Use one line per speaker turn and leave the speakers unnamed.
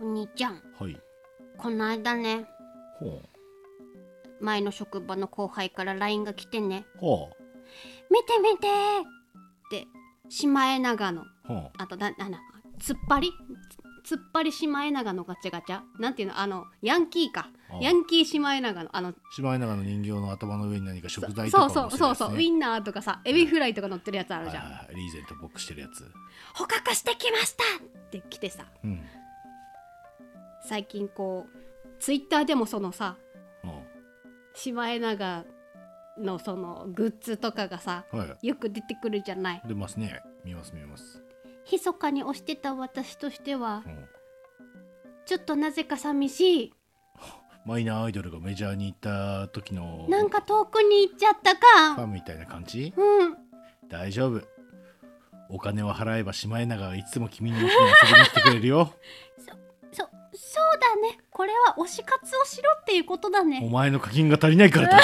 お兄ちゃん
はい
この間ね
ほ
前の職場の後輩から LINE が来てね
うほ
「見て見て!」ってシマエナガの
うほ
あとななな突っ張りつ突っ張りシマエナガのガチャガチャなんていうのあのヤンキーか
う
ヤンキーシマエナガのあの
シマエナガの人形の頭の上に何か食材とか
そうそうそうそうウィンナーとかさエビフライとか乗ってるやつあ
あ
るじゃん、
んリーゼントボックスしてるやつ
捕獲してきましたって来てさ
うん
最近こうツイッターでもそのさ
ほ
シマエナガのそのグッズとかがさ
うは
よく出てくるじゃない
い出ますね見ます見ます
密かに押してた私としては
うん
ちょっとなぜか寂しい
マイナーアイドルがメジャーに行った時の
なんか遠くに行っちゃった
ファ
か
ンみたいな感じ
うん
大丈夫お金を払えばシマエナガはいつも君の家に遊びに来てくれるよ
そそうだねこれは推し活をしろっていうことだ
お
ね
前の課金が足りないからだ